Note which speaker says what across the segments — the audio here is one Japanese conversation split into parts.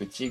Speaker 1: 内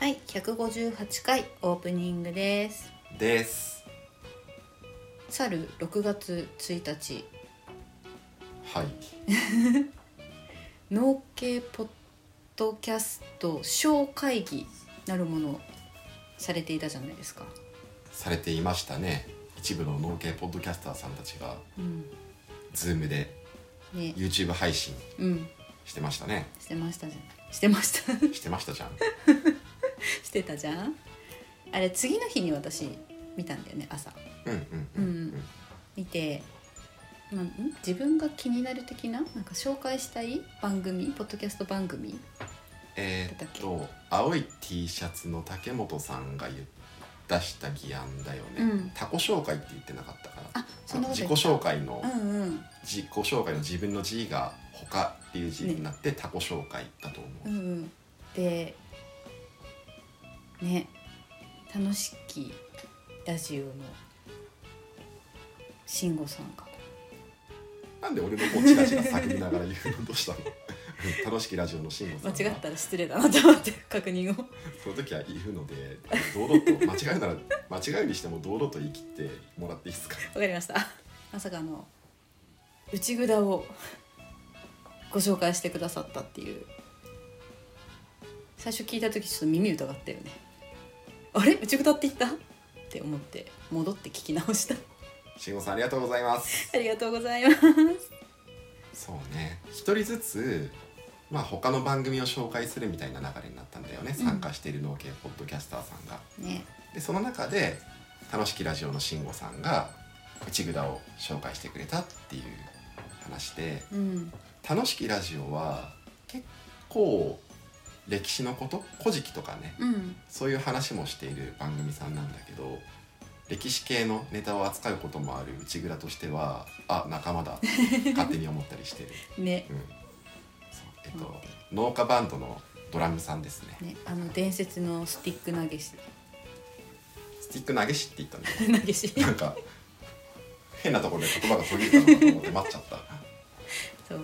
Speaker 2: はい158回オープニングです
Speaker 1: です
Speaker 2: 去る6月1日
Speaker 1: はい
Speaker 2: 農系ポッドキャスト小会議なるものをされていたじゃないですか、
Speaker 1: されていましたね一部の農系ポッドキャスターさんたちが
Speaker 2: うん、
Speaker 1: ズームで
Speaker 2: ね
Speaker 1: YouTube 配信
Speaker 2: うん
Speaker 1: してましたね
Speaker 2: してましたじゃんしてました
Speaker 1: してましたじゃん
Speaker 2: してたじゃんあれ次の日に私見たんだよね朝
Speaker 1: うん
Speaker 2: うん見て、まあ、ん自分が気になる的ななんか紹介したい番組ポッドキャスト番組
Speaker 1: えーっと青い T シャツの竹本さんが言っ出した議案だよね、
Speaker 2: うん
Speaker 1: 他己紹介って言ってなかったかな
Speaker 2: あそんなこと
Speaker 1: 自
Speaker 2: 言
Speaker 1: 己
Speaker 2: っ
Speaker 1: 紹介の、
Speaker 2: たうんうん
Speaker 1: 自己紹介の自分の G が「他」っていう字になって他己紹介だと思う、
Speaker 2: うんうんでね楽しきラジオの慎吾さんが
Speaker 1: なんで俺もこうチラチラ叫びながら言うのどうしたの うん楽しきラジオの慎吾さんが
Speaker 2: 間違ったら失礼だなと思って確認 を
Speaker 1: その時は言うので堂々と間違えなら間違えにしても堂々と言い切ってもらっていいですか
Speaker 2: わかりました。まさかの内札をご紹介してくださったっていう。最初聞いた時ちょっと耳疑ったよね。あれ内札って言ったって思って戻って聞き直した。
Speaker 1: 慎吾さんありがとうございます
Speaker 2: ありがとうございます。
Speaker 1: そうね一人ずつまあ他の番組を紹介するみたいな流れになったんだよね、
Speaker 2: うん
Speaker 1: 参加している農系ポッドキャスターさんが
Speaker 2: ね、
Speaker 1: でその中で楽しきラジオの慎吾さんが内札を紹介してくれたっていう話で
Speaker 2: うん、
Speaker 1: 楽しきラジオは結構歴史のこと古事記とかね
Speaker 2: うん、
Speaker 1: そういう話もしている番組さんなんだけど歴史系のネタを扱うこともある内蔵としてはあ仲間だって勝手に思ったりしてる
Speaker 2: ね、
Speaker 1: うんそうえっと、農家バンドのドラムさんですね。
Speaker 2: ね、あの伝説のスティック投げし、
Speaker 1: スティック投げしって言ったね。
Speaker 2: 投げし、
Speaker 1: なんか。変なところで言葉が途切れたのかと思って待っちゃった。
Speaker 2: そう、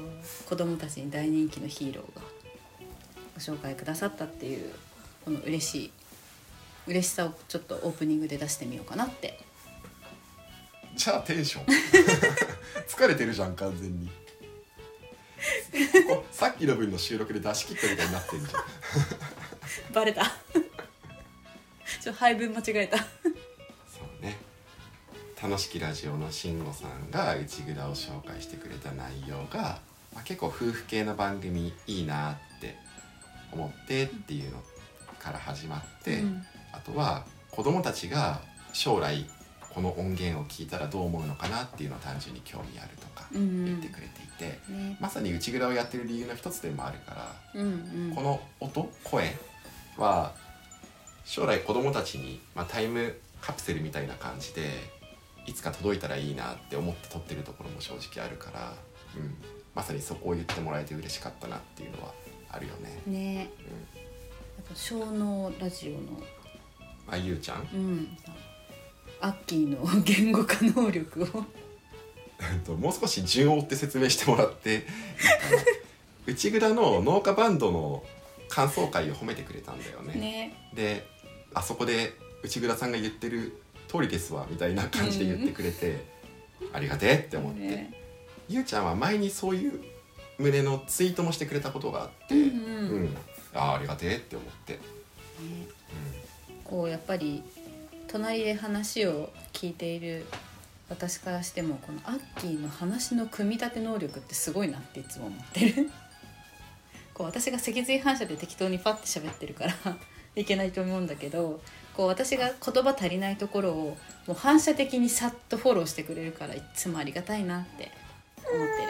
Speaker 2: 子供たちに大人気のヒーローがご紹介くださったっていうこの嬉しい嬉しさをちょっとオープニングで出してみようかなって
Speaker 1: じゃあテンション。 疲れてるじゃん、完全に。ここさっきの分の収録で出し切ったみたいになってるじゃん。
Speaker 2: バレた ちょ配分間違えた
Speaker 1: そうね。楽しきラジオの慎吾さんが内蔵を紹介してくれた内容が、まあ、結構夫婦系の番組いいなって思ってっていうのから始まって、
Speaker 2: うん
Speaker 1: あとは子供たちが将来この音源を聞いたらどう思うのかなっていうのを単純に興味あるとか
Speaker 2: うんうん
Speaker 1: 言ってくれていて、
Speaker 2: ね
Speaker 1: まさに内蔵をやってる理由の一つでもあるから
Speaker 2: うんうん
Speaker 1: この音声は将来子供たちに、まあ、タイムカプセルみたいな感じでいつか届いたらいいなって思って撮ってるところも正直あるから、うん、まさにそこを言ってもらえて嬉しかったなっていうのはあるよね。
Speaker 2: ねあと小脳ラジオの
Speaker 1: あゆうちゃん
Speaker 2: うんアッキーの言語化能力を
Speaker 1: えっ ともう少し順を追って説明してもら っていいかな内蔵の農家バンドの感想会を褒めてくれたんだよね。
Speaker 2: ね
Speaker 1: であそこで内蔵さんが言ってる通りですわみたいな感じで言ってくれて、ありがてえって思って、
Speaker 2: ね
Speaker 1: ゆうちゃんは前にそういう旨のツイートもしてくれたことがあっ
Speaker 2: う
Speaker 1: て、
Speaker 2: ん
Speaker 1: う
Speaker 2: うんね
Speaker 1: ん、ああありがてえって思って、
Speaker 2: こうやっぱり隣で話を聞いている私からしてもこのアッキーの話の組み立て能力ってすごいなっていつも思ってる こう私が脊髄反射で適当にパッて喋ってるから いけないと思うんだけどこう私が言葉足りないところをもう反射的にさっとフォローしてくれるからいつもありがたいなって思ってる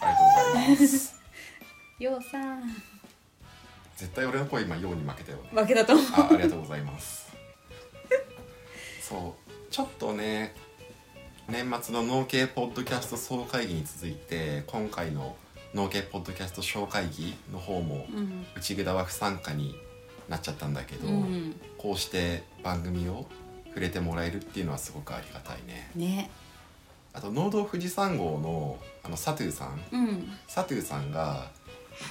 Speaker 1: あありがとうございます
Speaker 2: ようさん
Speaker 1: 絶対俺の声今ように負けたよね
Speaker 2: 負けだと思う
Speaker 1: あありがとうございますそうちょっとね年末の農系ポッドキャスト総会議に続いて今回の農系ポッドキャスト小会議の方も
Speaker 2: うん
Speaker 1: 内札は不参加になっちゃったんだけど、
Speaker 2: うん
Speaker 1: こうして番組を触れてもらえるっていうのはすごくありがたいね
Speaker 2: ね
Speaker 1: あと農道富士山号のあのサトゥーさん
Speaker 2: うん
Speaker 1: サトゥーさんが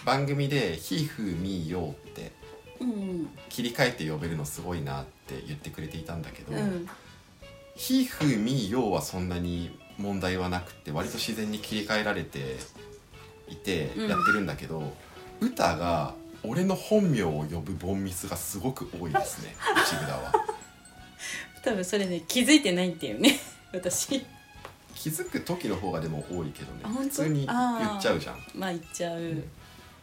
Speaker 1: 番組で「ひふみよ」って
Speaker 2: うん
Speaker 1: 切り替えて呼べるのすごいなって言ってくれていたんだけど
Speaker 2: う
Speaker 1: 「
Speaker 2: ん
Speaker 1: ひふみよ」はそんなに問題はなくて割と自然に切り替えられていて
Speaker 2: うん
Speaker 1: やってるんだけど、歌が俺の本名を呼ぶボンミスがすごく多いで すね内札は。
Speaker 2: 多分それね気づいてないんだよね 私
Speaker 1: 気づく時の方がでも多いけどね
Speaker 2: あ本当
Speaker 1: 普通に言っちゃうじゃん
Speaker 2: まあ言っちゃう、
Speaker 1: ん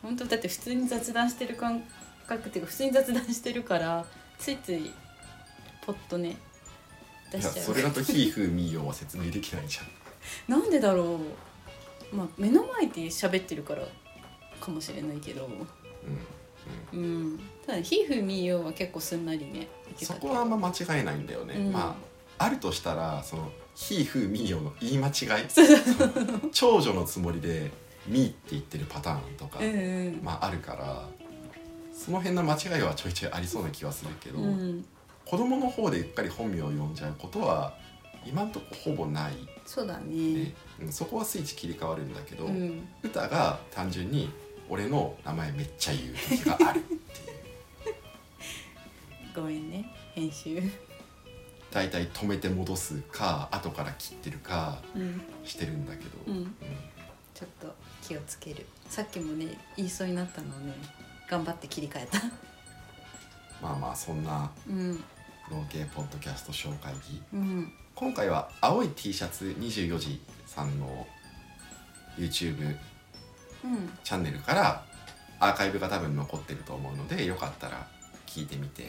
Speaker 2: 本当だって普通に雑談してる感覚っていうか普通に雑談してるからついついポッとね出
Speaker 1: いや
Speaker 2: しちゃ
Speaker 1: それだ
Speaker 2: う
Speaker 1: と「ひーふーみーよ」は説明できないじゃ ん
Speaker 2: なんでだろうまあ目の前で喋ってるからかもしれないけど
Speaker 1: うん
Speaker 2: うんただ「ひふみよ」は結構すんなりねいけ
Speaker 1: そ
Speaker 2: たけ
Speaker 1: こ
Speaker 2: ど
Speaker 1: はあんま間違えないんだよね、
Speaker 2: うん
Speaker 1: まああるとしたらその「ひーふーみーよ」の言い間違い その長女のつもりで「みー」って言ってるパターンとか、
Speaker 2: うんうん、
Speaker 1: まああるからその辺の間違いはちょいちょいありそうな気はするけど、
Speaker 2: うん、
Speaker 1: 子供の方でうっかり本名を呼んじゃうことは今んとこほぼない
Speaker 2: そうだね
Speaker 1: ね、うんそこはスイッチ切り替わるんだけど、
Speaker 2: うん
Speaker 1: 歌が単純に俺の名前めっちゃ言う時があるっていう
Speaker 2: ごめんね編集
Speaker 1: 大体止めて戻すか後から切ってるか
Speaker 2: うん
Speaker 1: してるんだけど、
Speaker 2: う
Speaker 1: うん
Speaker 2: んちょっと気をつけるさっきもね言いそうになったのをね頑張って切り替えた
Speaker 1: まあまあそんな
Speaker 2: うん
Speaker 1: 農系ポッドキャスト紹介議
Speaker 2: うん
Speaker 1: 今回は青い T シャツ24時さんの YouTube
Speaker 2: うん
Speaker 1: チャンネルからアーカイブが多分残ってると思うのでよかったら聞いてみて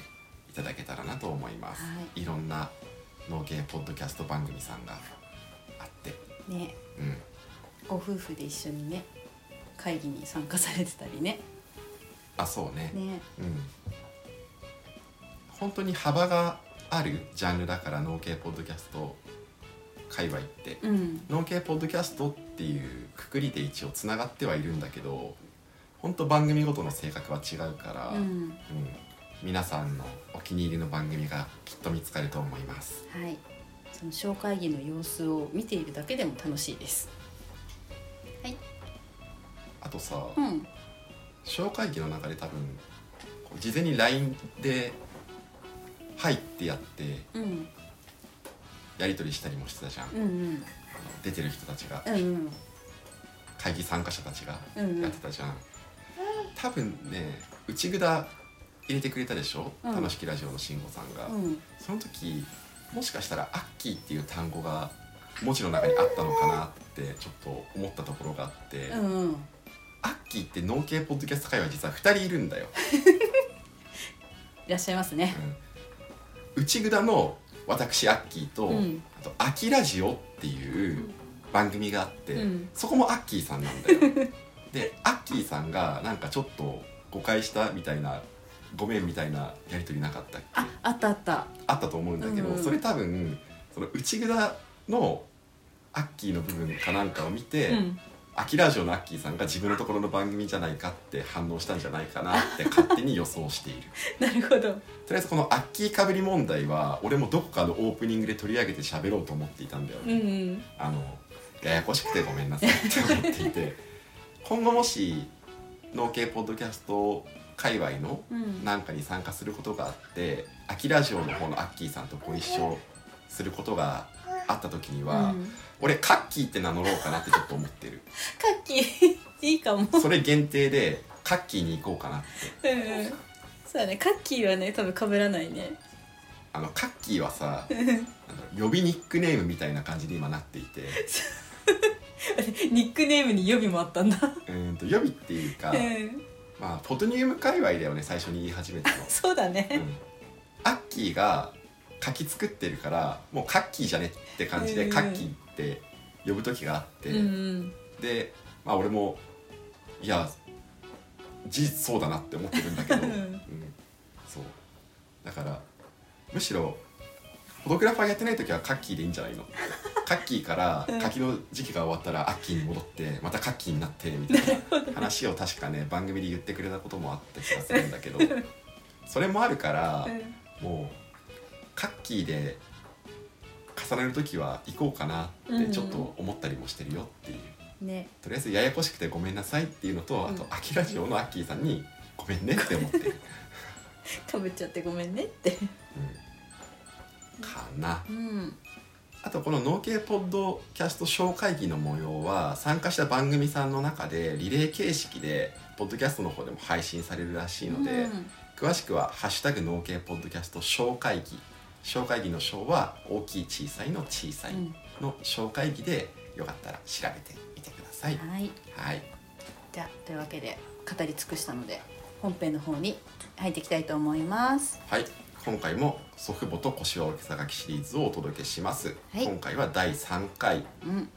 Speaker 1: いただけたらなと思います、、
Speaker 2: はい
Speaker 1: ろんな農系ポッドキャスト番組さんがあって
Speaker 2: ね
Speaker 1: うん
Speaker 2: ご夫婦で一緒にね会議に参加されてたりね
Speaker 1: あそうね
Speaker 2: ね
Speaker 1: うん本当に幅があるジャンルだから農系ポッドキャスト界隈って
Speaker 2: うん
Speaker 1: 農系ポッドキャストっていうくくりで一応つながってはいるんだけど本当番組ごとの性格は違うから、
Speaker 2: うん
Speaker 1: うん皆さんのお気に入りの番組がきっと見つかると思います
Speaker 2: はいその小会議の様子を見ているだけでも楽しいです
Speaker 1: あとさ、
Speaker 2: うん
Speaker 1: 紹介機の中で多分こう事前に LINE で入ってやって
Speaker 2: うん
Speaker 1: やり取りしたりもしてたじゃん、
Speaker 2: うんうん
Speaker 1: あの出てる人たちが
Speaker 2: うんうん
Speaker 1: 会議参加者たちが
Speaker 2: うんうん
Speaker 1: やってたじゃん、多分ね内札入れてくれたでしょ、
Speaker 2: うん
Speaker 1: 楽しきラジオの慎吾さんが、
Speaker 2: うん
Speaker 1: その時もしかしたら「アッキー」っていう単語が文字の中にあったのかなってちょっと思ったところがあって、
Speaker 2: うんうん
Speaker 1: アッキーって農系ポッドキャスト界は実は2人いるんだよ、
Speaker 2: いらっしゃいますね
Speaker 1: うん、内札の私アッキーと、
Speaker 2: うん
Speaker 1: あと「アキラジオ」っていう番組があって、
Speaker 2: うん
Speaker 1: そこもアッキーさんなん だよでアッキーさんがなんかちょっと誤解したみたいなごめんみたいなやり取りなかったっけ
Speaker 2: ああったあった
Speaker 1: あったと思うんだけど、
Speaker 2: うん
Speaker 1: それ多分その内札のアッキーの部分かなんかを見て、
Speaker 2: うん
Speaker 1: アキラジオのアッキーさんが自分のところの番組じゃないかって反応したんじゃないかなって勝手に予想している
Speaker 2: なるほど
Speaker 1: とりあえずこのアッキーかぶり問題は俺もどこかのオープニングで取り上げて喋ろうと思っていたんだよね、
Speaker 2: うんうん
Speaker 1: あのややこしくてごめんなさいって思っていて 今後もし農系ポッドキャスト界隈の
Speaker 2: うん
Speaker 1: なんかに参加することがあって「秋ラジオ」の方のアッキーさんとご一緒することがあった時には、
Speaker 2: うん
Speaker 1: 俺カッキーって名乗ろうかなってちょっと思ってる
Speaker 2: カッキーいいかも、
Speaker 1: それ限定でカッキーに行こうかなって
Speaker 2: うんうん、そうだねカッキーはね多分被らないね
Speaker 1: あのカッキーはさなんだろう呼びニックネームみたいな感じで今なっていて
Speaker 2: ニックネームに予備もあったんだ
Speaker 1: うーんと呼びっていうか
Speaker 2: う、ん
Speaker 1: まあ、ポトニウム界隈だよね最初に言い始めたの。
Speaker 2: そうだ
Speaker 1: う
Speaker 2: ね
Speaker 1: んアッキーが柿作ってるからもうカッキーじゃねって感じ
Speaker 2: う
Speaker 1: で
Speaker 2: ん
Speaker 1: カッキーって呼ぶ時があって、
Speaker 2: うんうん
Speaker 1: で、まあ、俺もいや事実そうだなって思ってるんだ けど、
Speaker 2: うん
Speaker 1: うんそうだからむしろフォトグラファーやってない時はカッキーでいいんじゃないのカッキーか ら
Speaker 2: うん
Speaker 1: 柿の時期が終わったらアッキーに戻ってまたカッキーになってみたいな話を確かね番組で言ってくれたこともあった気がするんだけどそれもあるから、
Speaker 2: うん
Speaker 1: もうカッキーで重ねる時は行こうかなってちょっと思ったりもしてるよっていう、
Speaker 2: ね
Speaker 1: とりあえずややこしくてごめんなさいっていうのとあと「アキラジオ」のアッキーさんに「ごめんね」って思ってる、
Speaker 2: かぶっちゃってごめんねって
Speaker 1: うんかな
Speaker 2: うん
Speaker 1: あとこの農系ポッドキャスト紹介議の模様は参加した番組さんの中でリレー形式でポッドキャストの方でも配信されるらしいので、
Speaker 2: うん
Speaker 1: 詳しくは「ハッシュタグ農系ポッドキャスト紹介議」紹介議の章は大きい小さいの小さい
Speaker 2: うん
Speaker 1: の紹介議でよかったら調べてみてください。
Speaker 2: はい
Speaker 1: はい、
Speaker 2: じゃあというわけで語り尽くしたので本編の方に入っていきたいと思います
Speaker 1: はい、今回も祖父母と腰は大きさがきシリーズをお届けします。
Speaker 2: はい
Speaker 1: 今回は第3回
Speaker 2: うん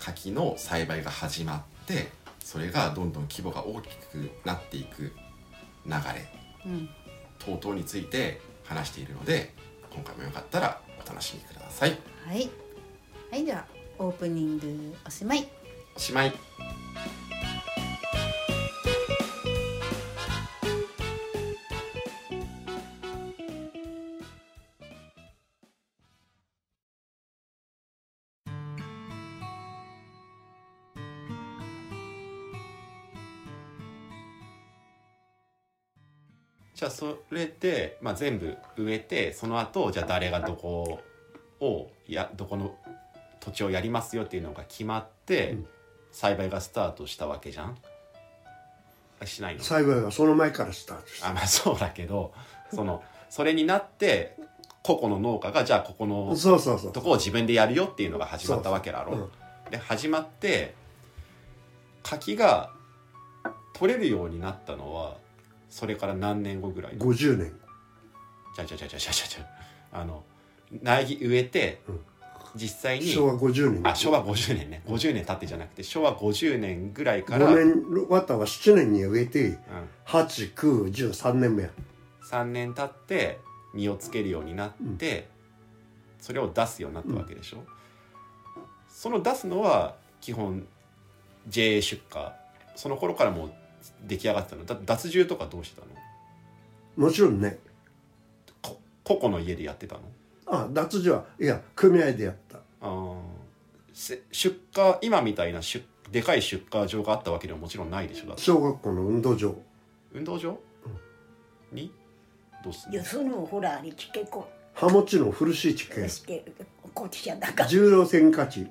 Speaker 1: 柿の栽培が始まってそれがどんどん規模が大きくなっていく流れ
Speaker 2: うん
Speaker 1: 等々について話しているので今回もよかったらお楽しみください。
Speaker 2: はいはいではオープニングおしまい
Speaker 1: おしまいじゃあそれで、まあ、全部植えてその後じゃあ誰がどこをやどこの土地をやりますよっていうのが決まって、
Speaker 3: うん
Speaker 1: 栽培がスタートしたわけじゃんあしないの
Speaker 3: 栽培はその前からスタートした
Speaker 1: あまあそうだけどそのそれになって個々の農家がじゃあここの
Speaker 3: そうそうそう
Speaker 1: とこを自分でやるよっていうのが始まったわけだろ。
Speaker 3: うん
Speaker 1: で始まって柿が取れるようになったのはそれから何年後ぐらい
Speaker 3: 50年
Speaker 1: じゃじゃじゃじゃじゃじゃじゃあの苗木植えて、
Speaker 3: うん
Speaker 1: 実際に
Speaker 3: 昭和50年
Speaker 1: あ昭和50年ね50年経ってじゃなくて昭和50年ぐらいから、
Speaker 3: 5年わたは7年に植えて
Speaker 1: うん
Speaker 3: 8913年目や
Speaker 1: 3年経って実をつけるようになって、それを出すようになったわけでしょ、その出すのは基本 JA 出荷その頃からもう出来上がってたのだ脱汁とかどうしてたの
Speaker 3: もちろんね
Speaker 1: こ個々の家でやってたの
Speaker 3: あ脱樹はいや組合でやった
Speaker 1: あーせ出荷今みたいな出でかい出荷場があったわけではもちろんないでしょだって
Speaker 3: 小学校の運動場
Speaker 1: 運動場、にどうすん
Speaker 4: いや
Speaker 1: の
Speaker 4: そのほらあれチケコ
Speaker 3: ハモチの古市地区
Speaker 4: しけこっちじゃなかった
Speaker 3: 重量戦勝ち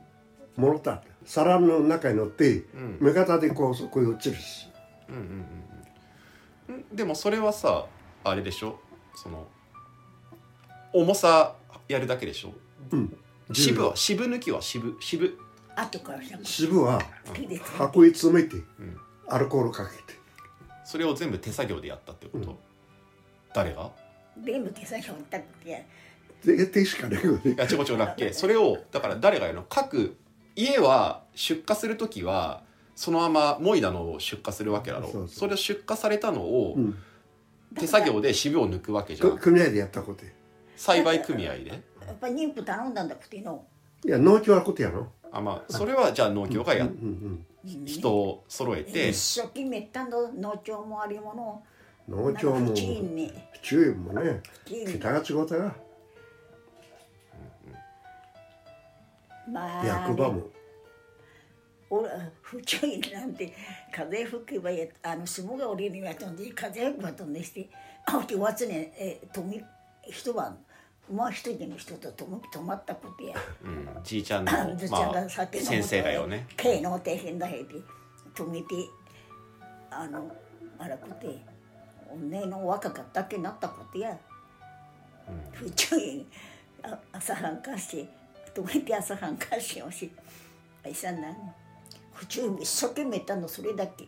Speaker 3: もろた皿の中に乗って
Speaker 1: うん
Speaker 3: 目方でこうそこへ落ちるし
Speaker 1: うんうんうんうんんでもそれはさあれでしょその重さやるだけでしょ
Speaker 3: うん重
Speaker 1: 渋
Speaker 3: 量
Speaker 1: は渋抜きは渋渋
Speaker 4: 後からさ
Speaker 3: 渋は
Speaker 4: 好きです
Speaker 3: 箱へ詰めて
Speaker 1: うん
Speaker 3: アルコールかけて
Speaker 1: それを全部手作業でやったってこと、
Speaker 3: うん
Speaker 1: 誰が
Speaker 4: 全部手差しをったって
Speaker 3: で手しかないよね
Speaker 1: いやちょこちょこだっけそれをだから誰がやるの各家は出荷する時はそのままモイダのを出荷するわけだろ
Speaker 3: そうそう
Speaker 1: れを出荷されたのを
Speaker 3: うん
Speaker 1: 手作業で渋を抜くわけじゃ
Speaker 3: く
Speaker 1: ん
Speaker 3: 組合でやったことや
Speaker 1: 栽培組合で
Speaker 4: やっぱ妊婦頼んだんだくての
Speaker 3: いや農協はことやろ
Speaker 1: あまあそれはじゃあ農協がやっ
Speaker 3: うんうん
Speaker 1: 人を揃えて
Speaker 4: 一生懸命やったんだ農協もありもの
Speaker 3: うん、農協も
Speaker 4: チーンに
Speaker 3: 注意もね
Speaker 4: チーン
Speaker 3: 桁が違うたが
Speaker 4: まあ
Speaker 3: 役場も
Speaker 4: 俺不注意なんて風吹けばやあの霜が俺には飛んで風吹けば飛んでしてあうちわつねえとみ一晩まあ一人の人ととも泊まったことや。
Speaker 1: うん、じいちゃんの
Speaker 4: ずっちゃん
Speaker 1: ま
Speaker 4: が
Speaker 1: あ、
Speaker 4: 酒飲むと
Speaker 1: 先生だよね
Speaker 4: 経営の大変だへって止めてあの荒くてお姉の若かったけなったことや不注意あ朝はんかして止めて朝はんかしてほしいさな不注意一生懸命やったのそれだけ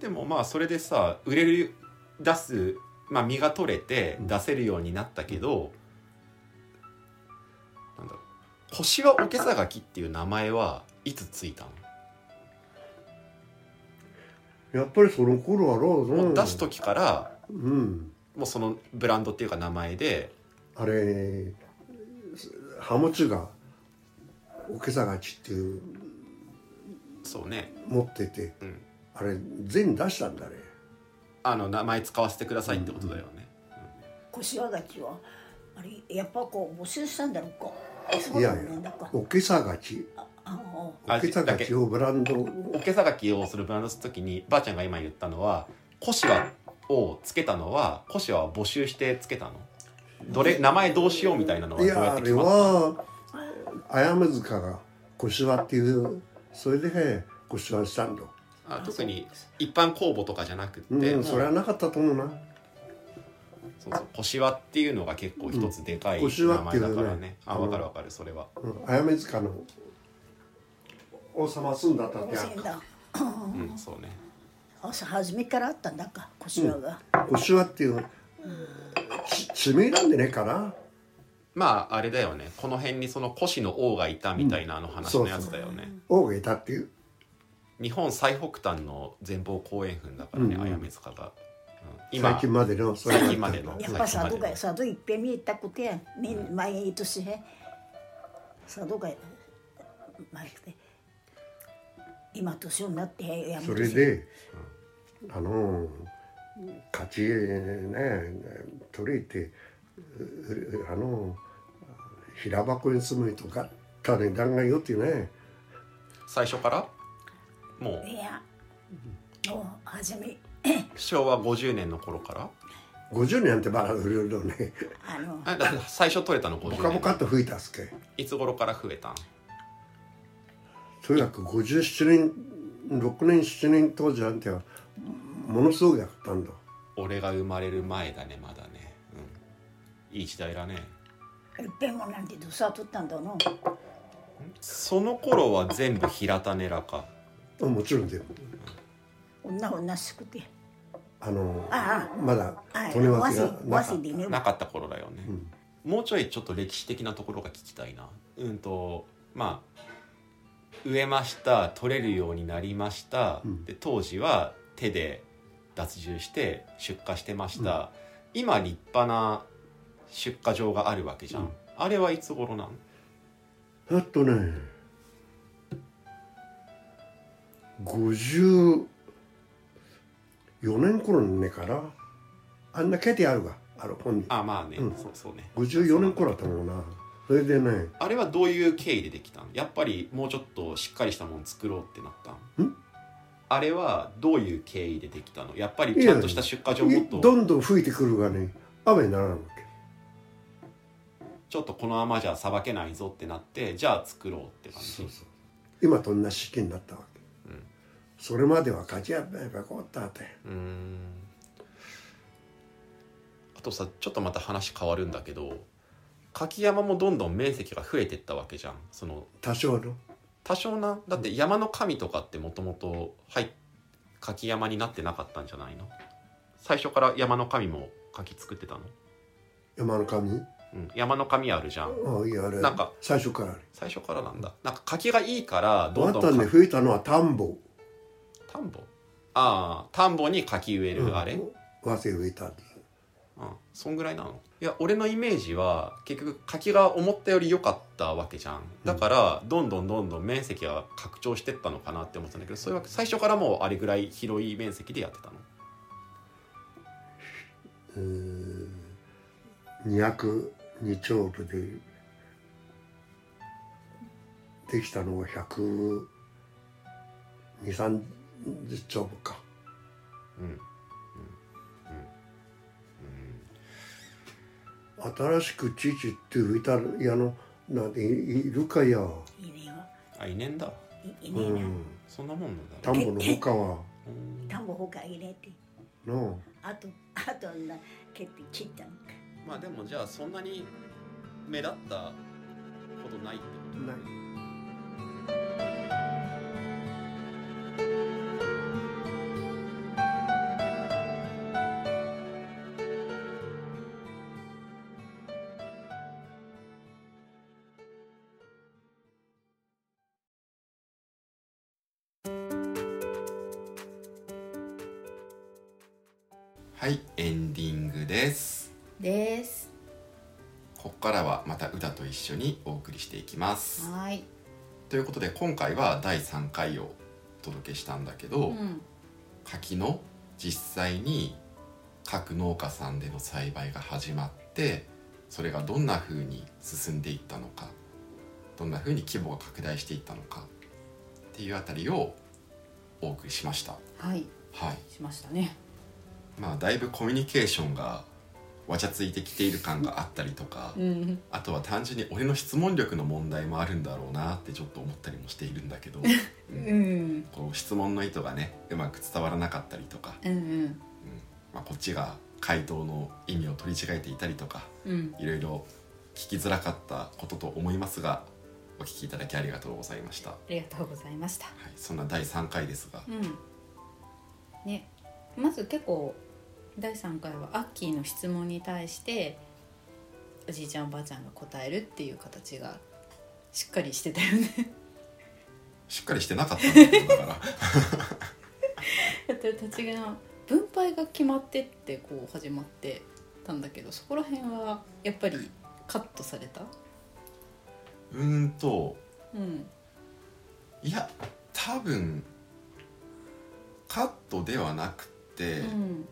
Speaker 1: でもまあそれでさ売れる出す、まあ、身が取れて出せるようになったけど、なんだろう腰はおけさがきっていう名前はいつついたの、
Speaker 3: やっぱりその頃はろう
Speaker 1: もう出す時から
Speaker 3: うん
Speaker 1: もうそのブランドっていうか名前で
Speaker 3: あれハモチがおけさがちっていう
Speaker 1: そうね
Speaker 3: 持ってて、
Speaker 1: うん
Speaker 3: あれ全出したんだね
Speaker 1: あの名前使わせてくださいってことだよね、
Speaker 4: 腰はがきはあれやっぱこう募集したんだろうかそう
Speaker 3: い
Speaker 4: だ
Speaker 3: や
Speaker 4: よ
Speaker 3: い
Speaker 4: ね
Speaker 3: や
Speaker 4: だか
Speaker 3: おけさがち
Speaker 4: あの
Speaker 3: おけさがちをブランド
Speaker 1: おけさがきをするブランドする時にばあちゃんが今言ったのは「コシワ」をつけたのはコシワを募集してつけたのどれ名前どうしようみたいなのはいどうや
Speaker 3: や
Speaker 1: っ
Speaker 3: あ
Speaker 1: て決ま
Speaker 3: れ
Speaker 1: った
Speaker 3: は綾むずかが腰輪っていうそれで腰輪したんだ、
Speaker 1: あ特に一般公募とかじゃなくって、
Speaker 3: うん
Speaker 1: もう
Speaker 3: それはなかったと思うな
Speaker 1: そうそうコシワっていうのが結構一つでかい
Speaker 3: うんコシワ
Speaker 1: 名
Speaker 3: ってい
Speaker 1: 前
Speaker 3: うの
Speaker 1: だか
Speaker 3: ね
Speaker 1: らね、あ
Speaker 3: うん
Speaker 1: 分かる分かるそれは
Speaker 3: うん綾目塚の王様住んだ建
Speaker 4: 温泉
Speaker 3: 屋
Speaker 4: だ
Speaker 1: うん、そうね
Speaker 4: 朝初めからあったんだか腰はが、
Speaker 3: 腰輪っていうち地名なんでねえかな
Speaker 1: まああれだよねこの辺にその古紙の王がいたみたいなあの話のやつだよね、
Speaker 3: 王がいたっていう
Speaker 1: 日本最北端の前方後円墳だからね、
Speaker 3: うんうん
Speaker 1: あやめ塚が、うん今
Speaker 3: 最近までのそれ
Speaker 1: 最近までの
Speaker 4: やっぱ佐渡
Speaker 1: 最近
Speaker 4: が
Speaker 1: までの
Speaker 4: 佐渡いっぺん見えたことや、みん、毎年ね佐渡が前くて今年になってやめ
Speaker 3: そ
Speaker 4: て
Speaker 3: れで、あの勝ちね取れてううあの平箱に住む人がった値段がよってね
Speaker 1: 最初からもう
Speaker 4: いやもう初め
Speaker 1: 昭和50年の頃から
Speaker 3: 50年なんてまだ売れるのね
Speaker 4: あの
Speaker 1: あだ最初取れたの50
Speaker 3: ボ
Speaker 1: 年
Speaker 3: カボカっと吹いたっすけ
Speaker 1: いつ頃から増えたん
Speaker 3: とにかく57年6年7年当時なんてはものすごくやったんだ
Speaker 1: 俺が生まれる前だねまだね、うん、いい時代だね
Speaker 4: いっぺんもなんてどさ取ったんだの
Speaker 1: その頃は全部平田ネラか
Speaker 3: もちろん全部
Speaker 4: 女女しくて
Speaker 3: あの
Speaker 4: あ
Speaker 3: まだ
Speaker 4: あああ
Speaker 3: 利根
Speaker 4: わ
Speaker 3: 脇
Speaker 4: し
Speaker 3: がな
Speaker 4: わ
Speaker 3: かっ
Speaker 4: したでね
Speaker 1: なかった頃だよね、
Speaker 3: ん
Speaker 1: もうちょいちょっと歴史的なところが聞きたいなうんとまあ植えました取れるようになりました、
Speaker 3: ん
Speaker 1: で当時は手で脱汁して出荷してました、今立派な出荷場があるわけじゃん、
Speaker 3: うん
Speaker 1: あれはいつ頃なん
Speaker 3: えっとね54年頃のねかなあんな書いてあるわあの本に
Speaker 1: あまあね、
Speaker 3: うん
Speaker 1: そうそうね
Speaker 3: 54年頃だと思うなそれでね
Speaker 1: あれはどういう経緯でできたのやっぱりもうちょっとしっかりしたもの作ろうってなったん
Speaker 3: ん
Speaker 1: あれはどういう経緯でできたのやっぱりちゃんとした出荷場もっと
Speaker 3: どんどん吹いてくるがね雨にならないわけ
Speaker 1: ちょっとこのままじゃさばけないぞってなってじゃあ作ろうって感じ
Speaker 3: そうそう今と同じ式になったわけ、
Speaker 1: うん
Speaker 3: それまでは勝ち合えばよかったって
Speaker 1: うーんあとさちょっとまた話変わるんだけど柿山もどんどん面積が増えてったわけじゃんその
Speaker 3: 多少の
Speaker 1: 多少なだって山の神とかってもともとはい柿山になってなかったんじゃないの最初から山の神も柿作ってたの、
Speaker 3: 山の神
Speaker 1: うん、山の神あるじゃん
Speaker 3: ああいやあれ
Speaker 1: なんか
Speaker 3: 最初からあれ
Speaker 1: 最初からなんだなんか柿がいいからど
Speaker 3: あ
Speaker 1: んどん
Speaker 3: とはね
Speaker 1: か
Speaker 3: 吹いたのは田んぼ
Speaker 1: 田んぼああ田んぼに柿植えるあれ、
Speaker 3: 和製植えたんです
Speaker 1: うん、そんぐらいなのいや俺のイメージは結局柿が思ったより良かったわけじゃんだからどんどんどんどん面積が拡張してったのかなって思ってたんだけどそういうわけ最初からもうあれぐらい広い面積でやってたの
Speaker 3: うーん202丁部でできたのが12030丁部か
Speaker 1: うんうん
Speaker 3: 新しく父って植えたいやのなんていいるかや
Speaker 4: いいねよ
Speaker 1: あいねんだ
Speaker 4: いいうねえな、
Speaker 3: ん、
Speaker 1: そんなもんなんだ
Speaker 3: 田
Speaker 1: ろ
Speaker 3: ん
Speaker 1: う
Speaker 3: ぼの他は
Speaker 1: うん
Speaker 4: 田んぼほか入れて
Speaker 3: の
Speaker 4: あとあとな蹴って切ったのか
Speaker 1: まあでもじゃあそんなに目立ったことないってこと
Speaker 3: ない
Speaker 1: はいエンディングです
Speaker 2: です
Speaker 1: ここからはまた歌と一緒にお送りしていきます
Speaker 2: はーい、
Speaker 1: ということで今回は第3回をお届けしたんだけど、
Speaker 2: うん、
Speaker 1: 柿の実際に各農家さんでの栽培が始まってそれがどんな風に進んでいったのかどんな風に規模が拡大していったのかっていうあたりをお送りしました
Speaker 2: はい
Speaker 1: はい
Speaker 2: しましたね
Speaker 1: まあだいぶコミュニケーションがわちゃついてきている感があったりとか
Speaker 2: うん
Speaker 1: あとは単純に俺の質問力の問題もあるんだろうなってちょっと思ったりもしているんだけど、う
Speaker 2: うんん
Speaker 1: こう質問の意図がねうまく伝わらなかったりとか
Speaker 2: うん
Speaker 1: まあ、こっちが回答の意味を取り違えていたりとか
Speaker 2: うん
Speaker 1: いろいろ聞きづらかったことと思いますがお聞きいただきありがとうございました、は
Speaker 2: ありがとうございました
Speaker 1: い、そんな第3回ですが、
Speaker 2: うんねまず結構第3回はアッキーの質問に対しておじいちゃんおばあちゃんが答えるっていう形がしっかりしてたよね
Speaker 1: しっかりしてなかったんだけどだから
Speaker 2: だって立ちが分配が決まってってこう始まってたんだけどそこら辺はやっぱりカットされた
Speaker 1: うーんと
Speaker 2: うん
Speaker 1: いや多分カットではなくて、
Speaker 2: うん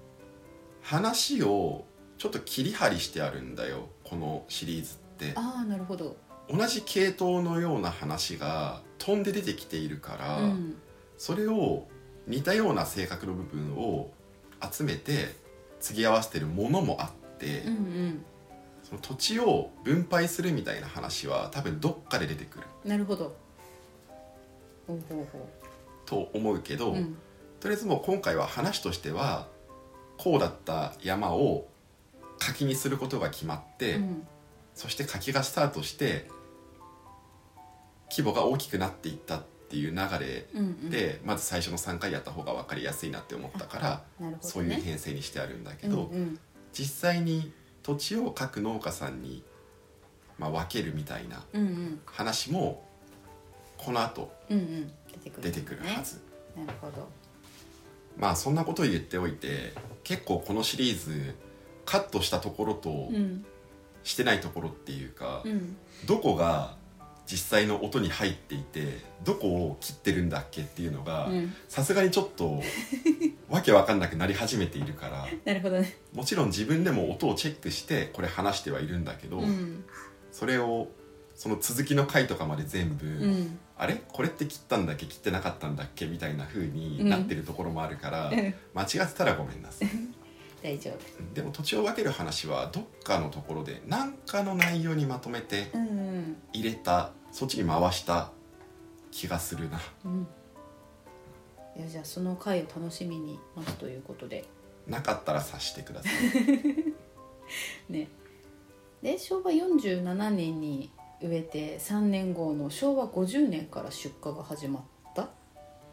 Speaker 1: 話をちょっと切り張りしてあるんだよこのシリーズって
Speaker 2: ああなるほど
Speaker 1: 同じ系統のような話が飛んで出てきているから、
Speaker 2: うん
Speaker 1: それを似たような性格の部分を集めて継ぎ合わせてるものもあって、
Speaker 2: うんうん
Speaker 1: その土地を分配するみたいな話は多分どっかで出てくる
Speaker 2: なるほどほうほうほ
Speaker 1: と思うけど、
Speaker 2: ううん
Speaker 1: とりあえずもう今回は話としてはこうだった山を柿にすることが決まって、
Speaker 2: うん
Speaker 1: そして柿がスタートして規模が大きくなっていったっていう流れ
Speaker 2: うんうん
Speaker 1: で、まず最初の3回やった方が分かりやすいなって思ったから。
Speaker 2: なるほどね
Speaker 1: そういう編成にしてあるんだけど、
Speaker 2: うんうん
Speaker 1: 実際に土地を各農家さんに、まあ、分けるみたいな
Speaker 2: うんうん
Speaker 1: 話もこの後
Speaker 2: うんうん出てくる、
Speaker 1: 出てくるはず、
Speaker 2: なるほど
Speaker 1: まあそんなことを言っておいて結構このシリーズカットしたところと
Speaker 2: ん
Speaker 1: してないところっていうか、
Speaker 2: うん
Speaker 1: どこが実際の音に入っていてどこを切ってるんだっけっていうのが
Speaker 2: うん
Speaker 1: さすがにちょっとわけわかんなくなり始めているから。
Speaker 2: なるほどね
Speaker 1: もちろん自分でも音をチェックしてこれ話してはいるんだけど、
Speaker 2: うん
Speaker 1: それをその続きの回とかまで全部、
Speaker 2: うん
Speaker 1: あれこれって切ったんだっけ切ってなかったんだっけみたいな風
Speaker 2: う
Speaker 1: に
Speaker 2: ん
Speaker 1: なってるところもあるから、
Speaker 2: うん
Speaker 1: 間違ってたらごめんなさい
Speaker 2: 大丈夫
Speaker 1: でも土地を分ける話はどっかのところで何かの内容にまとめて
Speaker 2: うんうん
Speaker 1: 入れたそっちに回した気がするな
Speaker 2: うんいやじゃあその回を楽しみに待つということで
Speaker 1: なかったら察してください
Speaker 2: ねで昭和47年に植えて3年後の昭和50年から出荷が始まった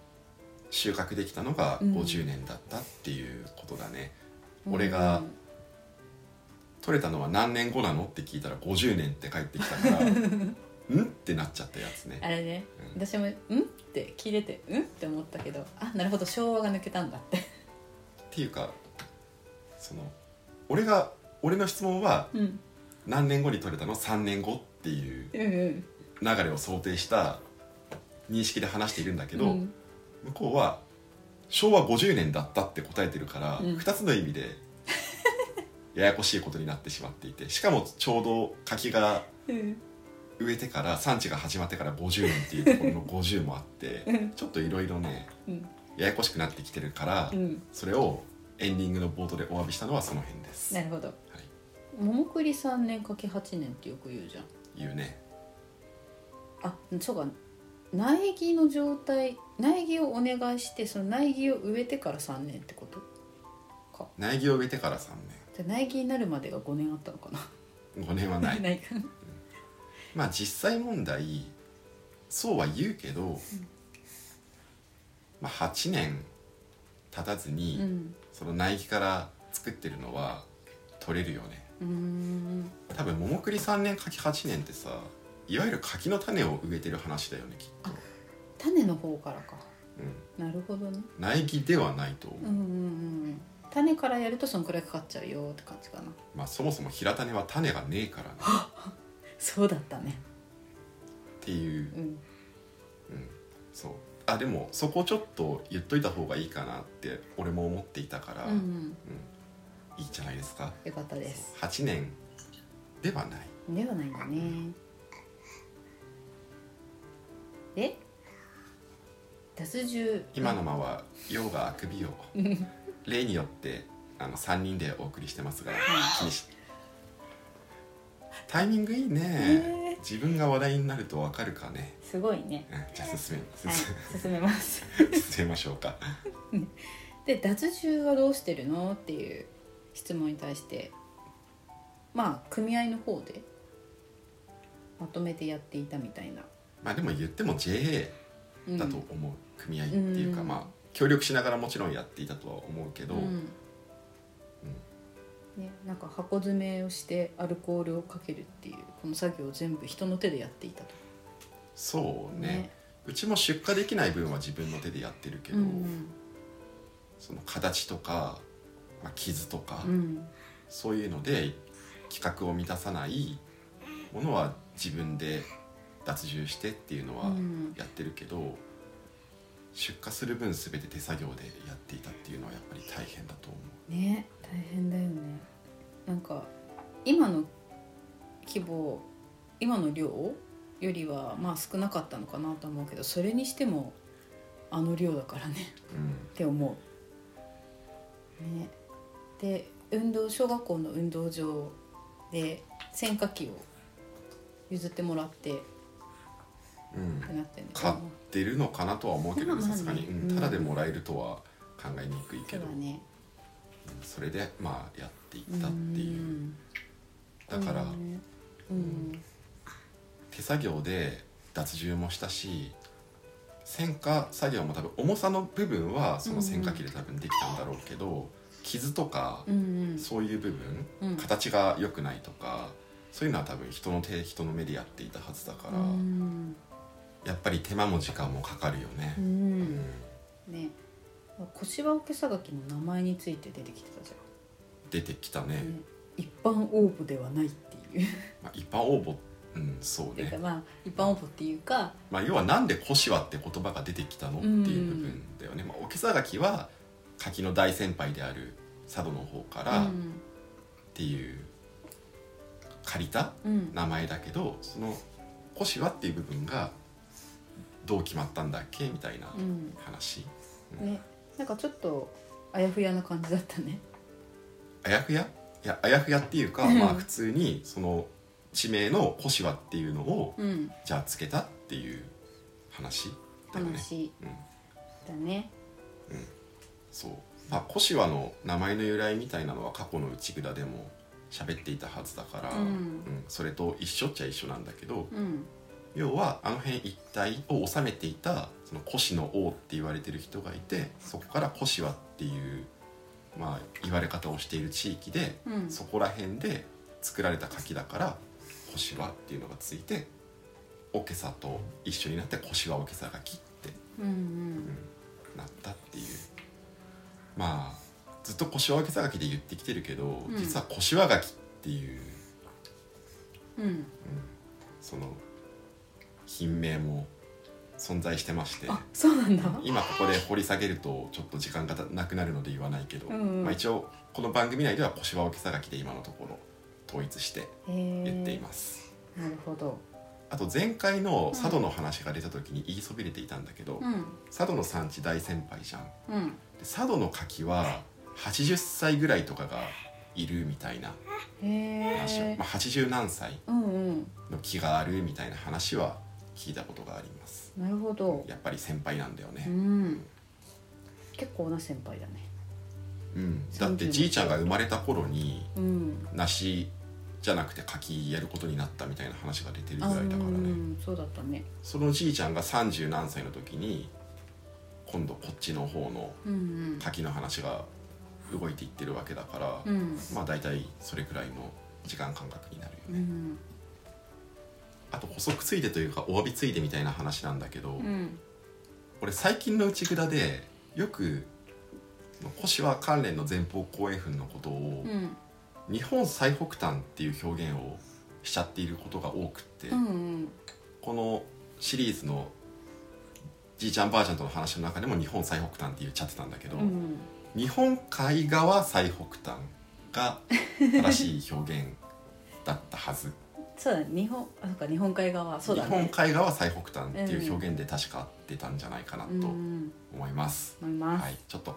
Speaker 1: 収穫できたのが50年だったっていうことだね、俺が
Speaker 2: うん
Speaker 1: 取れたのは何年後なのって聞いたら50年って返ってきた からんってなっちゃったやつ
Speaker 2: あ
Speaker 1: ね
Speaker 2: れね
Speaker 1: う
Speaker 2: 私も「ん?」って聞いてて「ん?」って思ったけどあなるほど昭和が抜けたんだって
Speaker 1: っていうかその俺が俺の質問は
Speaker 2: うん
Speaker 1: 何年後に取れたの3年後っていう
Speaker 2: うんうん
Speaker 1: 流れを想定した認識で話しているんだけど、
Speaker 2: うん
Speaker 1: 向こうは昭和50年だったって答えてるから、
Speaker 2: うん
Speaker 1: 2つの意 味でややこしいことになってしまっていてしかもちょうど柿が
Speaker 2: うん
Speaker 1: 植えてから産地が始まってから50年っていうとこ ろの50もあって、
Speaker 2: うん
Speaker 1: ちょっといろいろね
Speaker 2: うん
Speaker 1: ややこしくなってきてるから、
Speaker 2: うん
Speaker 1: それをエンディングの冒頭でお詫びしたのはその辺です、
Speaker 2: なるほど
Speaker 1: はい
Speaker 2: 桃栗三年かけ八年ってよく言うじゃん
Speaker 1: 言うね
Speaker 2: あそうか苗木の状態苗木をお願いしてその苗木を植えてから3年ってこと
Speaker 1: 苗木を植えてから3
Speaker 2: じゃあ苗木になるまでが5年あったのかな
Speaker 1: 年5年はない
Speaker 2: ないかな
Speaker 1: まあ実際問題そうは言うけど、まあ、8年経たずに、
Speaker 2: うん
Speaker 1: その苗木から作ってるのは取れるよね
Speaker 2: うーん
Speaker 1: 多分桃栗3年柿8年ってさいわゆる柿の種を植えてる話だよねきっと、
Speaker 2: 種の方からか
Speaker 1: う
Speaker 2: なるほどね
Speaker 1: ん、苗木ではないと思う、
Speaker 2: うんうんうん種からやるとそのくらいかかっちゃうよって感じかな
Speaker 1: まあそもそも平種は種がねえからねっ
Speaker 2: そうだったね
Speaker 1: ていう
Speaker 2: うん
Speaker 1: そうあでもそこちょっと言っといた方がいいかなって俺も思っていたから、
Speaker 2: うんうん
Speaker 1: いいじゃないですか
Speaker 2: よかったです
Speaker 1: 8年ではない
Speaker 2: ではないんだねで脱汁
Speaker 1: 今の間は陽があ くびを例によってあの3人でお送りしてますが気にしタイミングいいね自分が話題になるとわかるかね
Speaker 2: すごい ね
Speaker 1: うんじゃあ進
Speaker 2: は
Speaker 1: め
Speaker 2: い進めます
Speaker 1: 進進めましょうか
Speaker 2: で脱汁はどうしてるのっていう質問に対してまあ組合の方でまとめてやっていたみたいな、
Speaker 1: まあでも言っても JA
Speaker 2: うん、
Speaker 1: だと思う組合っていうか
Speaker 2: うん
Speaker 1: まあ協力しながらもちろんやっていたとは思うけど
Speaker 2: うんね、なんか箱詰めをしてアルコールをかけるっていうこの作業を全部人の手でやっていたと
Speaker 1: そう
Speaker 2: ね
Speaker 1: ねうちも出荷できない分は自分の手でやってるけ
Speaker 2: う
Speaker 1: ど
Speaker 2: ん
Speaker 1: その形とかまあ傷とか
Speaker 2: うん
Speaker 1: そういうので規格を満たさないものは自分で脱重してっていうの
Speaker 2: う
Speaker 1: は
Speaker 2: ん
Speaker 1: やってるけど、出荷する分全て手作業でやっていたっていうのはやっぱり大変だと思う
Speaker 2: ね大変だよねなんか今の規模今の量よりはまあ少なかったのかなと思うけどそれにしてもあの量だからねっ、て思う。ね、で運動小学校の運動場で選果機を譲ってもらってっ
Speaker 1: うんうん、
Speaker 2: てなってるの
Speaker 1: 買っ
Speaker 2: かな
Speaker 1: てるのかなとは思うけどね
Speaker 2: まあまあね
Speaker 1: さすがに、うん
Speaker 2: うん
Speaker 1: ただでもらえるとは考えにくいけ
Speaker 2: そう
Speaker 1: ど
Speaker 2: だね
Speaker 1: それでまあやっていったっていうだから、
Speaker 2: うんうん
Speaker 1: 手作業で脱重もしたし選果作業も多分重さの部分はその選果機で多分できたんだろうけど、傷とか
Speaker 2: う、ん
Speaker 1: そういう部分、
Speaker 2: うん
Speaker 1: 形が良くないとかそういうのは多分人の手人の目でやっていたはずだから、
Speaker 2: うん
Speaker 1: やっぱり手間も時間もかかるよね
Speaker 2: う。
Speaker 1: うんん
Speaker 2: ね腰は桶さがきの名前について出てきてたじ
Speaker 1: 出てきた
Speaker 2: ゃ
Speaker 1: ね
Speaker 2: ん、、ね一般応募ではないっていう
Speaker 1: まあ、一般応募うんそう
Speaker 2: っていうか
Speaker 1: ね、
Speaker 2: まあ一般応募っていうか
Speaker 1: まあ、要はなんで「古紙は」って言葉が出てきたのっていう部分だよね、まあ、おけさがきは柿の大先輩である佐渡の方から、
Speaker 2: うん
Speaker 1: っていう借りた
Speaker 2: うん
Speaker 1: 名前だけどその「腰は」っていう部分がどう決まったんだっけみたいな
Speaker 2: うん
Speaker 1: 話、
Speaker 2: ねなんかちょっとあやふやな感じだったね
Speaker 1: あやふやいやあやふやっていうか、
Speaker 2: うん
Speaker 1: まあ普通にその地名の「腰は」っていうのを
Speaker 2: うん
Speaker 1: じゃあつけたっていう話だよね。
Speaker 2: 話
Speaker 1: うん
Speaker 2: だね
Speaker 1: そうまあ、腰はの名前の由来みたいなのは過去の内蔵でも喋っていたはずだから、
Speaker 2: うん
Speaker 1: うんそれと一緒っちゃ一緒なんだけど、
Speaker 2: うん
Speaker 1: 要はあの辺一帯を治めていたその越の王って言われてる人がいてそこから越はっていう、まあ、言われ方をしている地域で、
Speaker 2: うん
Speaker 1: そこら辺で作られた柿だから越はっていうのがついておけさと一緒になって越はおけさ柿って
Speaker 2: うんうん
Speaker 1: なったっていうまあずっと越はおけさ柿で言ってきてるけど、
Speaker 2: ん
Speaker 1: 実は越は柿っていう
Speaker 2: うん
Speaker 1: その品名も存在してまして。
Speaker 2: あそうなんだ
Speaker 1: 今ここで掘り下げるとちょっと時間がなくなるので言わないけど、
Speaker 2: うんうん
Speaker 1: まあ、一応この番組内では腰はおけさがきで今のところ統一して
Speaker 2: へえ
Speaker 1: 言っています、
Speaker 2: なるほど
Speaker 1: あと前回の佐渡の話が出た時に言いそびれていたんだけど、
Speaker 2: うん
Speaker 1: 佐渡の産地大先輩じゃんで
Speaker 2: うん
Speaker 1: 佐渡の柿は80歳ぐらいとかがいるみたいな
Speaker 2: へ
Speaker 1: 話を、
Speaker 2: え
Speaker 1: まあ、80何歳
Speaker 2: うんうん
Speaker 1: の木があるみたいな話は聞いたことがあります
Speaker 2: なるほど
Speaker 1: やっぱり先輩なんだよね、
Speaker 2: うん結構な先輩だね
Speaker 1: うん、だってじいちゃんが生まれた頃に
Speaker 2: うん
Speaker 1: 梨じゃなくて柿やることになったみたいな話が出てるぐ
Speaker 2: あ
Speaker 1: らいだからね、
Speaker 2: うんそうだったね
Speaker 1: そのじいちゃんが30何歳の時に今度こっちの方の
Speaker 2: うん
Speaker 1: 柿の話が動いていってるわけだから、
Speaker 2: うんうん
Speaker 1: まあ大体それくらいの時間感覚になるよね、
Speaker 2: うん
Speaker 1: あと補足ついでというかお詫びついでみたいな話なんだけど、
Speaker 2: うん
Speaker 1: 俺最近の内蔵でよく腰は関連の前方後円墳のことを、
Speaker 2: うん
Speaker 1: 日本最北端っていう表現をしちゃっていることが多くって、
Speaker 2: うん
Speaker 1: このシリーズのじいちゃんばあちゃんとの話の中でも日本最北端って言っちゃってたんだけど、
Speaker 2: うん
Speaker 1: 日本海側最北端が正しい表現だったはず
Speaker 2: そうだね日本あそうか日本海側そうだ
Speaker 1: 日本
Speaker 2: ね
Speaker 1: 海側最北端っていう表現で確か合ってたんじゃないかなと
Speaker 2: うんうん
Speaker 1: 思います、
Speaker 2: 思いま
Speaker 1: は
Speaker 2: す
Speaker 1: いちょっと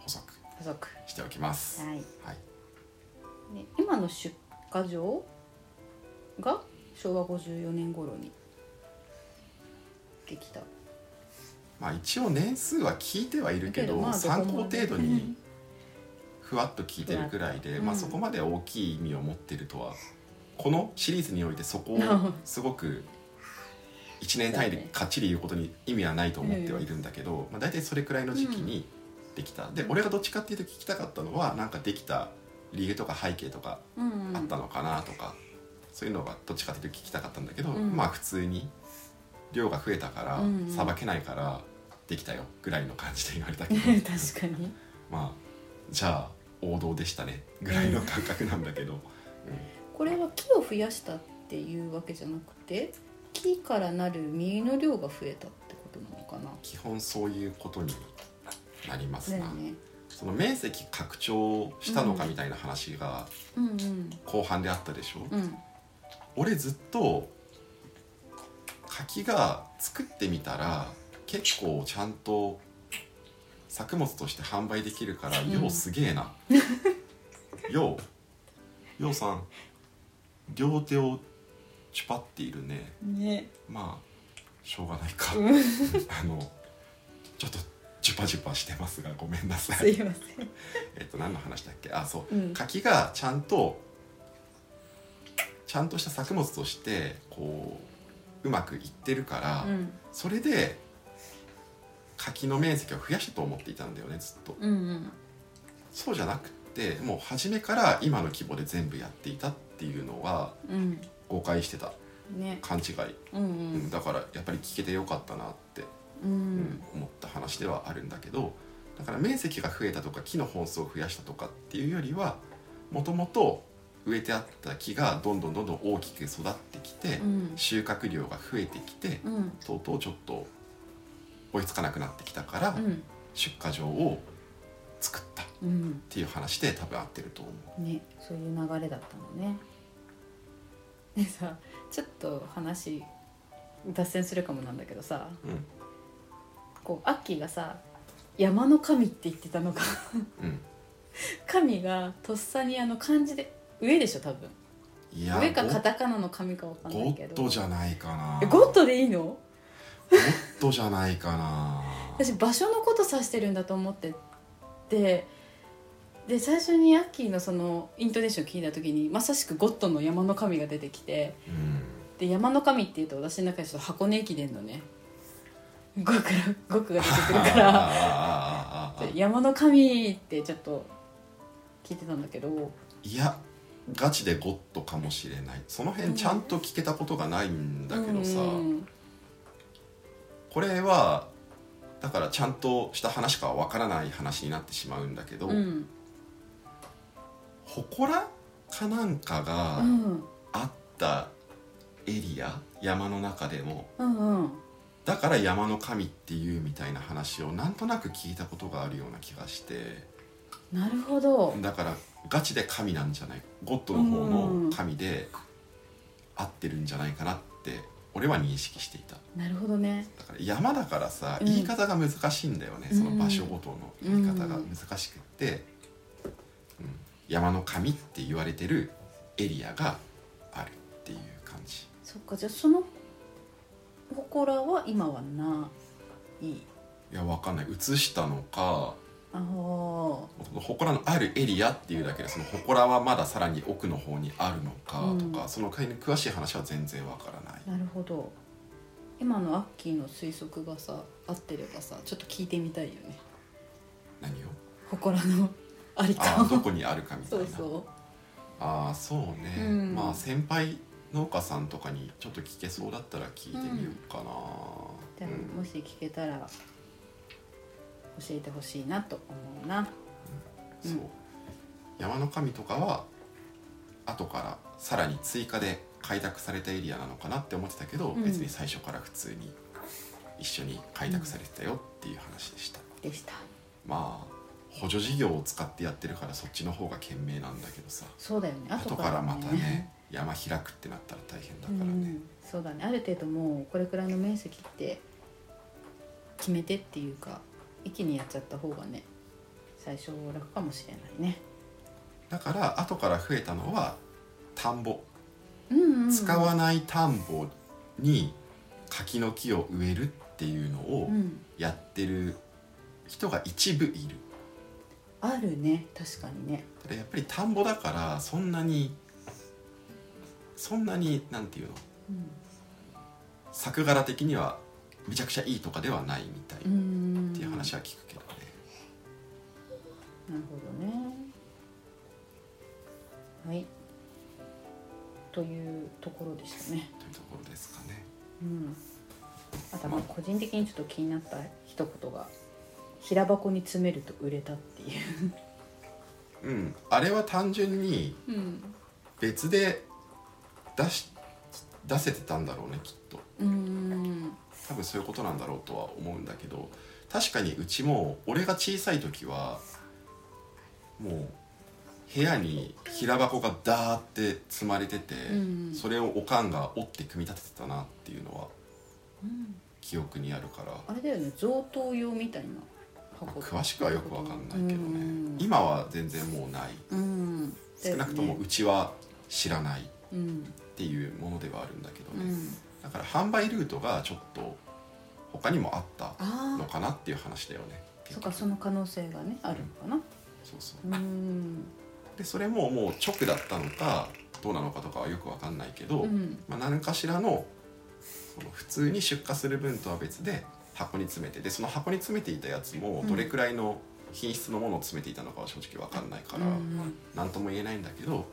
Speaker 1: 補足
Speaker 2: 補足
Speaker 1: しておきます、
Speaker 2: はい
Speaker 1: はい、
Speaker 2: ね今の出荷場が昭和54年頃にできた
Speaker 1: まあ一応年数は聞いてはいるけど、
Speaker 2: だけどまあ
Speaker 1: 参
Speaker 2: どこ
Speaker 1: 考
Speaker 2: もね
Speaker 1: 程度にふわっと聞いてるくらいで、
Speaker 2: うん
Speaker 1: まあそこまで大きい意味を持ってるとはこのシリーズにおいてそこをすごく1年単位でかっちり言うことに意味はないと思ってはいるんだけど、まあ、大体それくらいの時期にできた、で俺がどっちかっていうと聞きたかったのはなんかできた理由とか背景とか
Speaker 2: うんう
Speaker 1: あっ
Speaker 2: ん
Speaker 1: たのかなとか、そういうのがどっちかっていうと聞きたかったんだけど、
Speaker 2: うん
Speaker 1: まあ普通に量が増えたから
Speaker 2: うんうん
Speaker 1: さば、けないからできたよぐらいの感じで言われたけど
Speaker 2: 確かに
Speaker 1: まあじゃあ王道でしたねぐらいの感覚なんだけど、
Speaker 2: これは木を増やしたっていうわけじゃなくて木からなる実の量が増えたってことなのかな
Speaker 1: 基本そういうことになります
Speaker 2: だよ
Speaker 1: な、
Speaker 2: ね
Speaker 1: その面積拡張したのかみたいな話が
Speaker 2: うんうん
Speaker 1: 後半であったでしょ、
Speaker 2: うん
Speaker 1: 俺ずっと柿が作ってみたら結構ちゃんと作物として販売できるから、
Speaker 2: ん
Speaker 1: ようすげ えなようようさん両手をチュパっているね
Speaker 2: ね
Speaker 1: まあしょうがないか あのちょっとジュパジュパしてますがごめんなさ
Speaker 2: すいません
Speaker 1: えっと何の話だっけあそう、
Speaker 2: うん
Speaker 1: 柿がちゃんとちゃんとした作物としてこううまくいってるから、
Speaker 2: うん
Speaker 1: それで柿の面積を増やしたと思っていたんだよねずっと、
Speaker 2: うんうん
Speaker 1: そうじゃなくってもう初めから今の規模で全部やっていたっていうのは
Speaker 2: うん
Speaker 1: 誤解してた
Speaker 2: ね
Speaker 1: 勘違い、
Speaker 2: うんう
Speaker 1: うん
Speaker 2: ん
Speaker 1: だからやっぱり聞けてよかったなって
Speaker 2: うん
Speaker 1: 思った話ではあるんだけどだから面積が増えたとか木の本数を増やしたとかっていうよりはもともと植えてあった木がどんどんどんどん大きく育ってきて、
Speaker 2: うん
Speaker 1: 収穫量が増えてきて、
Speaker 2: うん
Speaker 1: とうとうちょっと追いつかなくなってきたから、
Speaker 2: うん
Speaker 1: 出荷場を作ったっ
Speaker 2: うん
Speaker 1: ていう話で多分合ってると思う。
Speaker 2: ねそういう流れだったのねでさちょっと話脱線するかもなんだけどさ
Speaker 1: うん
Speaker 2: こうアッキーがさ山の神って言ってたのが
Speaker 1: うん
Speaker 2: 神がとっさにあの漢字で上でしょ多分
Speaker 1: いや
Speaker 2: 上かカタカナの神かわかんな
Speaker 1: ゴ
Speaker 2: いけ
Speaker 1: ッ
Speaker 2: ど
Speaker 1: ドじゃないかな
Speaker 2: えゴッドでいいの
Speaker 1: ゴッドじゃない かな
Speaker 2: 私場所のこと指してるんだと思っててで最初にアッキーのそのイントネーション聞いた時にまさしくゴッドの山の神が出てきて
Speaker 1: うん
Speaker 2: で山の神っていうと私の中でちょっと箱根駅伝のね5から5区が出てくるか
Speaker 1: あああ
Speaker 2: ら。
Speaker 1: ああ あああ
Speaker 2: で山の神ってちょっと聞いてたんだけど
Speaker 1: いやガチでゴッドかもしれないその辺ちゃんと聞けたことがないんだけどさ、
Speaker 2: うん
Speaker 1: これはだからちゃんとした話かはわからない話になってしまうんだけど、
Speaker 2: うん
Speaker 1: 祠かなんかが
Speaker 2: うん
Speaker 1: あったエリア、山の中でも
Speaker 2: うんうん
Speaker 1: だから山の神っていうみたいな話をなんとなく聞いたことがあるような気がして
Speaker 2: なるほど
Speaker 1: だからガチで神なんじゃないゴッドの方の神で合ってるんじゃないかなって俺は認識していた。
Speaker 2: なるほどね
Speaker 1: だから山だからさ、
Speaker 2: うん
Speaker 1: 言い方が難しいんだよね、
Speaker 2: うん
Speaker 1: その場所ごとの言い方が難しくって、うん山の神って言われてるエリアがあるっていう感じ
Speaker 2: そっかじゃあその祠は今はない
Speaker 1: いやわかんない移したのか
Speaker 2: ああ
Speaker 1: 祠のあるエリアっていうだけでその祠はまださらに奥の方にあるのかとか、
Speaker 2: うん
Speaker 1: その辺の詳しい話は全然わからない
Speaker 2: なるほど今のアッキーの推測がさ合ってればさちょっと聞いてみたいよね
Speaker 1: 何を
Speaker 2: 祠のあり
Speaker 1: あ
Speaker 2: か
Speaker 1: あど
Speaker 2: を
Speaker 1: こにあるかみたい
Speaker 2: そ
Speaker 1: な
Speaker 2: うそ
Speaker 1: ああそうね、
Speaker 2: うん
Speaker 1: まあ先輩農家さんとかにちょっと聞けそうだったら聞いてみようか
Speaker 2: う
Speaker 1: な、
Speaker 2: でも
Speaker 1: う
Speaker 2: も
Speaker 1: ん
Speaker 2: し聞けたら教えてほしいなと思うな
Speaker 1: そう山の神とかは後からさらに追加で開拓されたエリアなのかなって思ってたけど、
Speaker 2: うん
Speaker 1: 別に最初から普通に一緒に開拓されてたよっていう話でした、
Speaker 2: でした
Speaker 1: まあ補助事業を使ってやってるからそっちの方が賢明なんだけどさ
Speaker 2: そうだよね
Speaker 1: 後からまたね山開くってなったら大変だから
Speaker 2: う
Speaker 1: ね、
Speaker 2: ん、そうだねある程度もうこれくらいの面積って決めてっていうか一気にやっちゃった方がね最初楽かもしれないね、
Speaker 1: だから後から増えたのは田んぼ
Speaker 2: うんうん、
Speaker 1: 使わない田んぼに柿の木を植えるっていうのを
Speaker 2: うん、
Speaker 1: やってる人が一部いる
Speaker 2: あるね確かにね
Speaker 1: ただやっぱり田んぼだからそんなにそんなになんていうの
Speaker 2: うん
Speaker 1: 作柄的にはめちゃくちゃいいとかではないみたいっ
Speaker 2: うーん
Speaker 1: ていう話
Speaker 2: な
Speaker 1: は聞くけどね、
Speaker 2: るほどねはいというところでしたね
Speaker 1: というところですかね
Speaker 2: うんあとまあ個人的にちょっと気になった一言が平箱に詰めると売れたってい
Speaker 1: うんあれは単純に
Speaker 2: う、うん、
Speaker 1: 別で出し出せてたんだろうねきっと
Speaker 2: うーん
Speaker 1: 多分そういうことなんだろうとは思うんだけど確かにうちも俺が小さい時はもう部屋に平箱がダーって積まれてて、
Speaker 2: うん
Speaker 1: それをおかんが折って組み立ててたなっていうのは記憶にあるから、
Speaker 2: あれだよね贈答用みたいな
Speaker 1: まあ
Speaker 2: 箱
Speaker 1: 詳しくはよくわかんないけどね、
Speaker 2: うん
Speaker 1: 今は全然もうない
Speaker 2: うん
Speaker 1: 少なくともうちは知らないっ
Speaker 2: うん
Speaker 1: ていうものではあるんだけど
Speaker 2: う
Speaker 1: ね、
Speaker 2: ん
Speaker 1: だから販売ルートがちょっと他にもあった
Speaker 2: あ
Speaker 1: の
Speaker 2: あ
Speaker 1: かなっていう話だよね
Speaker 2: そっかその可能性がねあるのかな
Speaker 1: そうそう
Speaker 2: うーん
Speaker 1: でそれももう直だったのかどうなのかとかはよくわかんないけど、
Speaker 2: うん
Speaker 1: まあ、何かしらのその普通に出荷する分とは別で箱に詰めてでその箱に詰めていたやつも
Speaker 2: うん
Speaker 1: どれくらいの品質のものを詰めていたのかは正直わかんないから
Speaker 2: うん
Speaker 1: 何とも言えないんだけど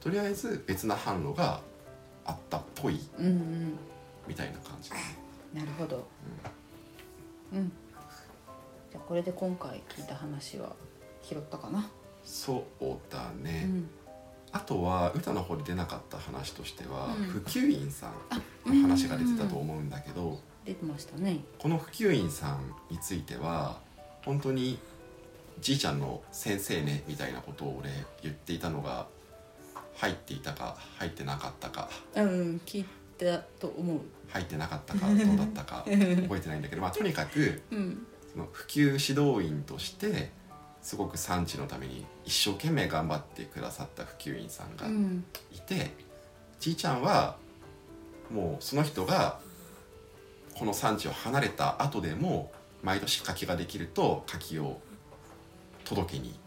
Speaker 1: とりあえず別な販路があったっぽい
Speaker 2: うんうん
Speaker 1: みたいな感じだね。
Speaker 2: なるほどうんじゃあこれで今回聞いた話は拾ったかな
Speaker 1: そうだ
Speaker 2: う
Speaker 1: ね、
Speaker 2: ん
Speaker 1: あとは歌の方で出なかった話としては、
Speaker 2: うん
Speaker 1: 普及員さ
Speaker 2: あ
Speaker 1: んの話が出てたと思うんだけど、
Speaker 2: 出てましたね
Speaker 1: この普及員さんについては本当にじいちゃんの先生ねみたいなことを俺言っていたのが入っていたか入ってなかったか
Speaker 2: うん聞いたと思う
Speaker 1: 入ってなかったか どうだったか覚えてないんだけど、まあ、とにかく
Speaker 2: うん
Speaker 1: その普及指導員としてすごく産地のために一生懸命頑張ってくださった普及員さんが
Speaker 2: うん
Speaker 1: いてじいちゃんはもうその人がこの産地を離れた後でも毎年柿ができると柿を届けに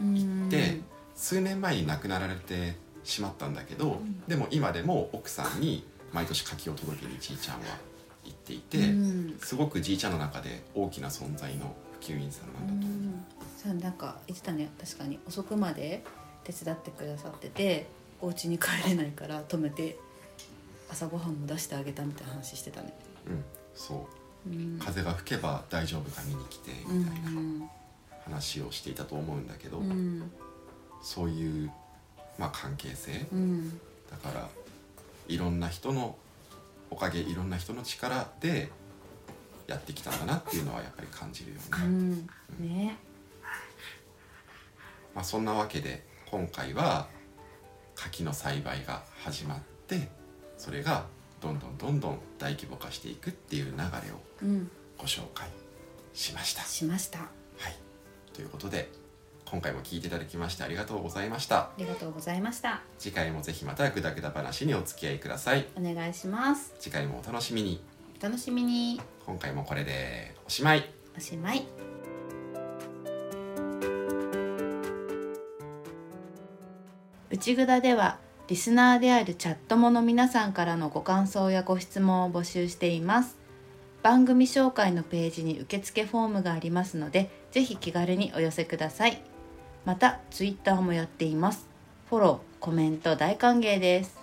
Speaker 1: 行って数年前に亡くなられてしまったんだけどでも今でも奥さんに毎年柿を届けにじいちゃんは行っていて
Speaker 2: うん
Speaker 1: すごくじいちゃんの中で大きな存在の普及員さんなんだと思う。
Speaker 2: そうなんか言ってたね確かに遅くまで手伝ってくださっててお家に帰れないから泊めて朝ごはんも出してあげたみたいな話してたね
Speaker 1: うん、そう
Speaker 2: うん
Speaker 1: 風が吹けば大丈夫か見に来て
Speaker 2: う
Speaker 1: みたいなん話をしていたと思うんだけど、
Speaker 2: うん
Speaker 1: そういう、まあ、関係性
Speaker 2: うん
Speaker 1: だからいろんな人のおかげいろんな人の力でやってきたんだなっていうのはやっぱり感じるよね、
Speaker 2: うんね
Speaker 1: まあ、そんなわけで今回は柿の栽培が始まってそれがどんどんどんどん大規模化していくっていう流れを
Speaker 2: うん
Speaker 1: ご紹介しました。
Speaker 2: しましたあ
Speaker 1: はい、ということで今回も聞いていただきましてありがとうございました。
Speaker 2: りがとうございました
Speaker 1: 次回もぜひまたグダグダ話にお付き合いください。
Speaker 2: お願いします
Speaker 1: 次回もお楽しみに。
Speaker 2: お楽しみに
Speaker 1: 今回もこれでおしまい
Speaker 2: おしまい内ぐだではリスナーであるチャットもの皆さんからのご感想やご質問を募集しています番組紹介のページに受付フォームがありますのでぜひ気軽にお寄せくださいまたツイッターもやっていますフォローコメント大歓迎です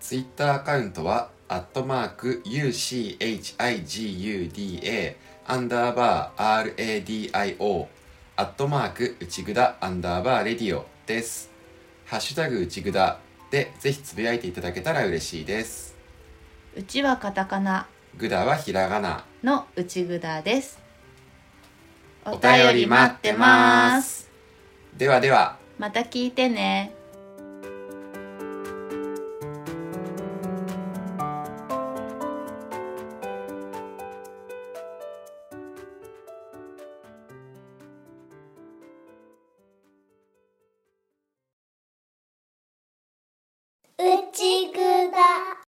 Speaker 1: ツイッターアカウントは、アットマーク UCHIGUDA アンダーバー RADIO アットマーク内ぐだアンダーバーレディオです。ハッシュタグ内ぐだでぜひつぶやいていただけたら嬉しいです。
Speaker 2: うちはカタカナ
Speaker 1: ぐだはひらがな。
Speaker 2: の内ぐだですお
Speaker 1: 便り待ってますではでは。
Speaker 2: また聞いてね
Speaker 5: うちぐだ。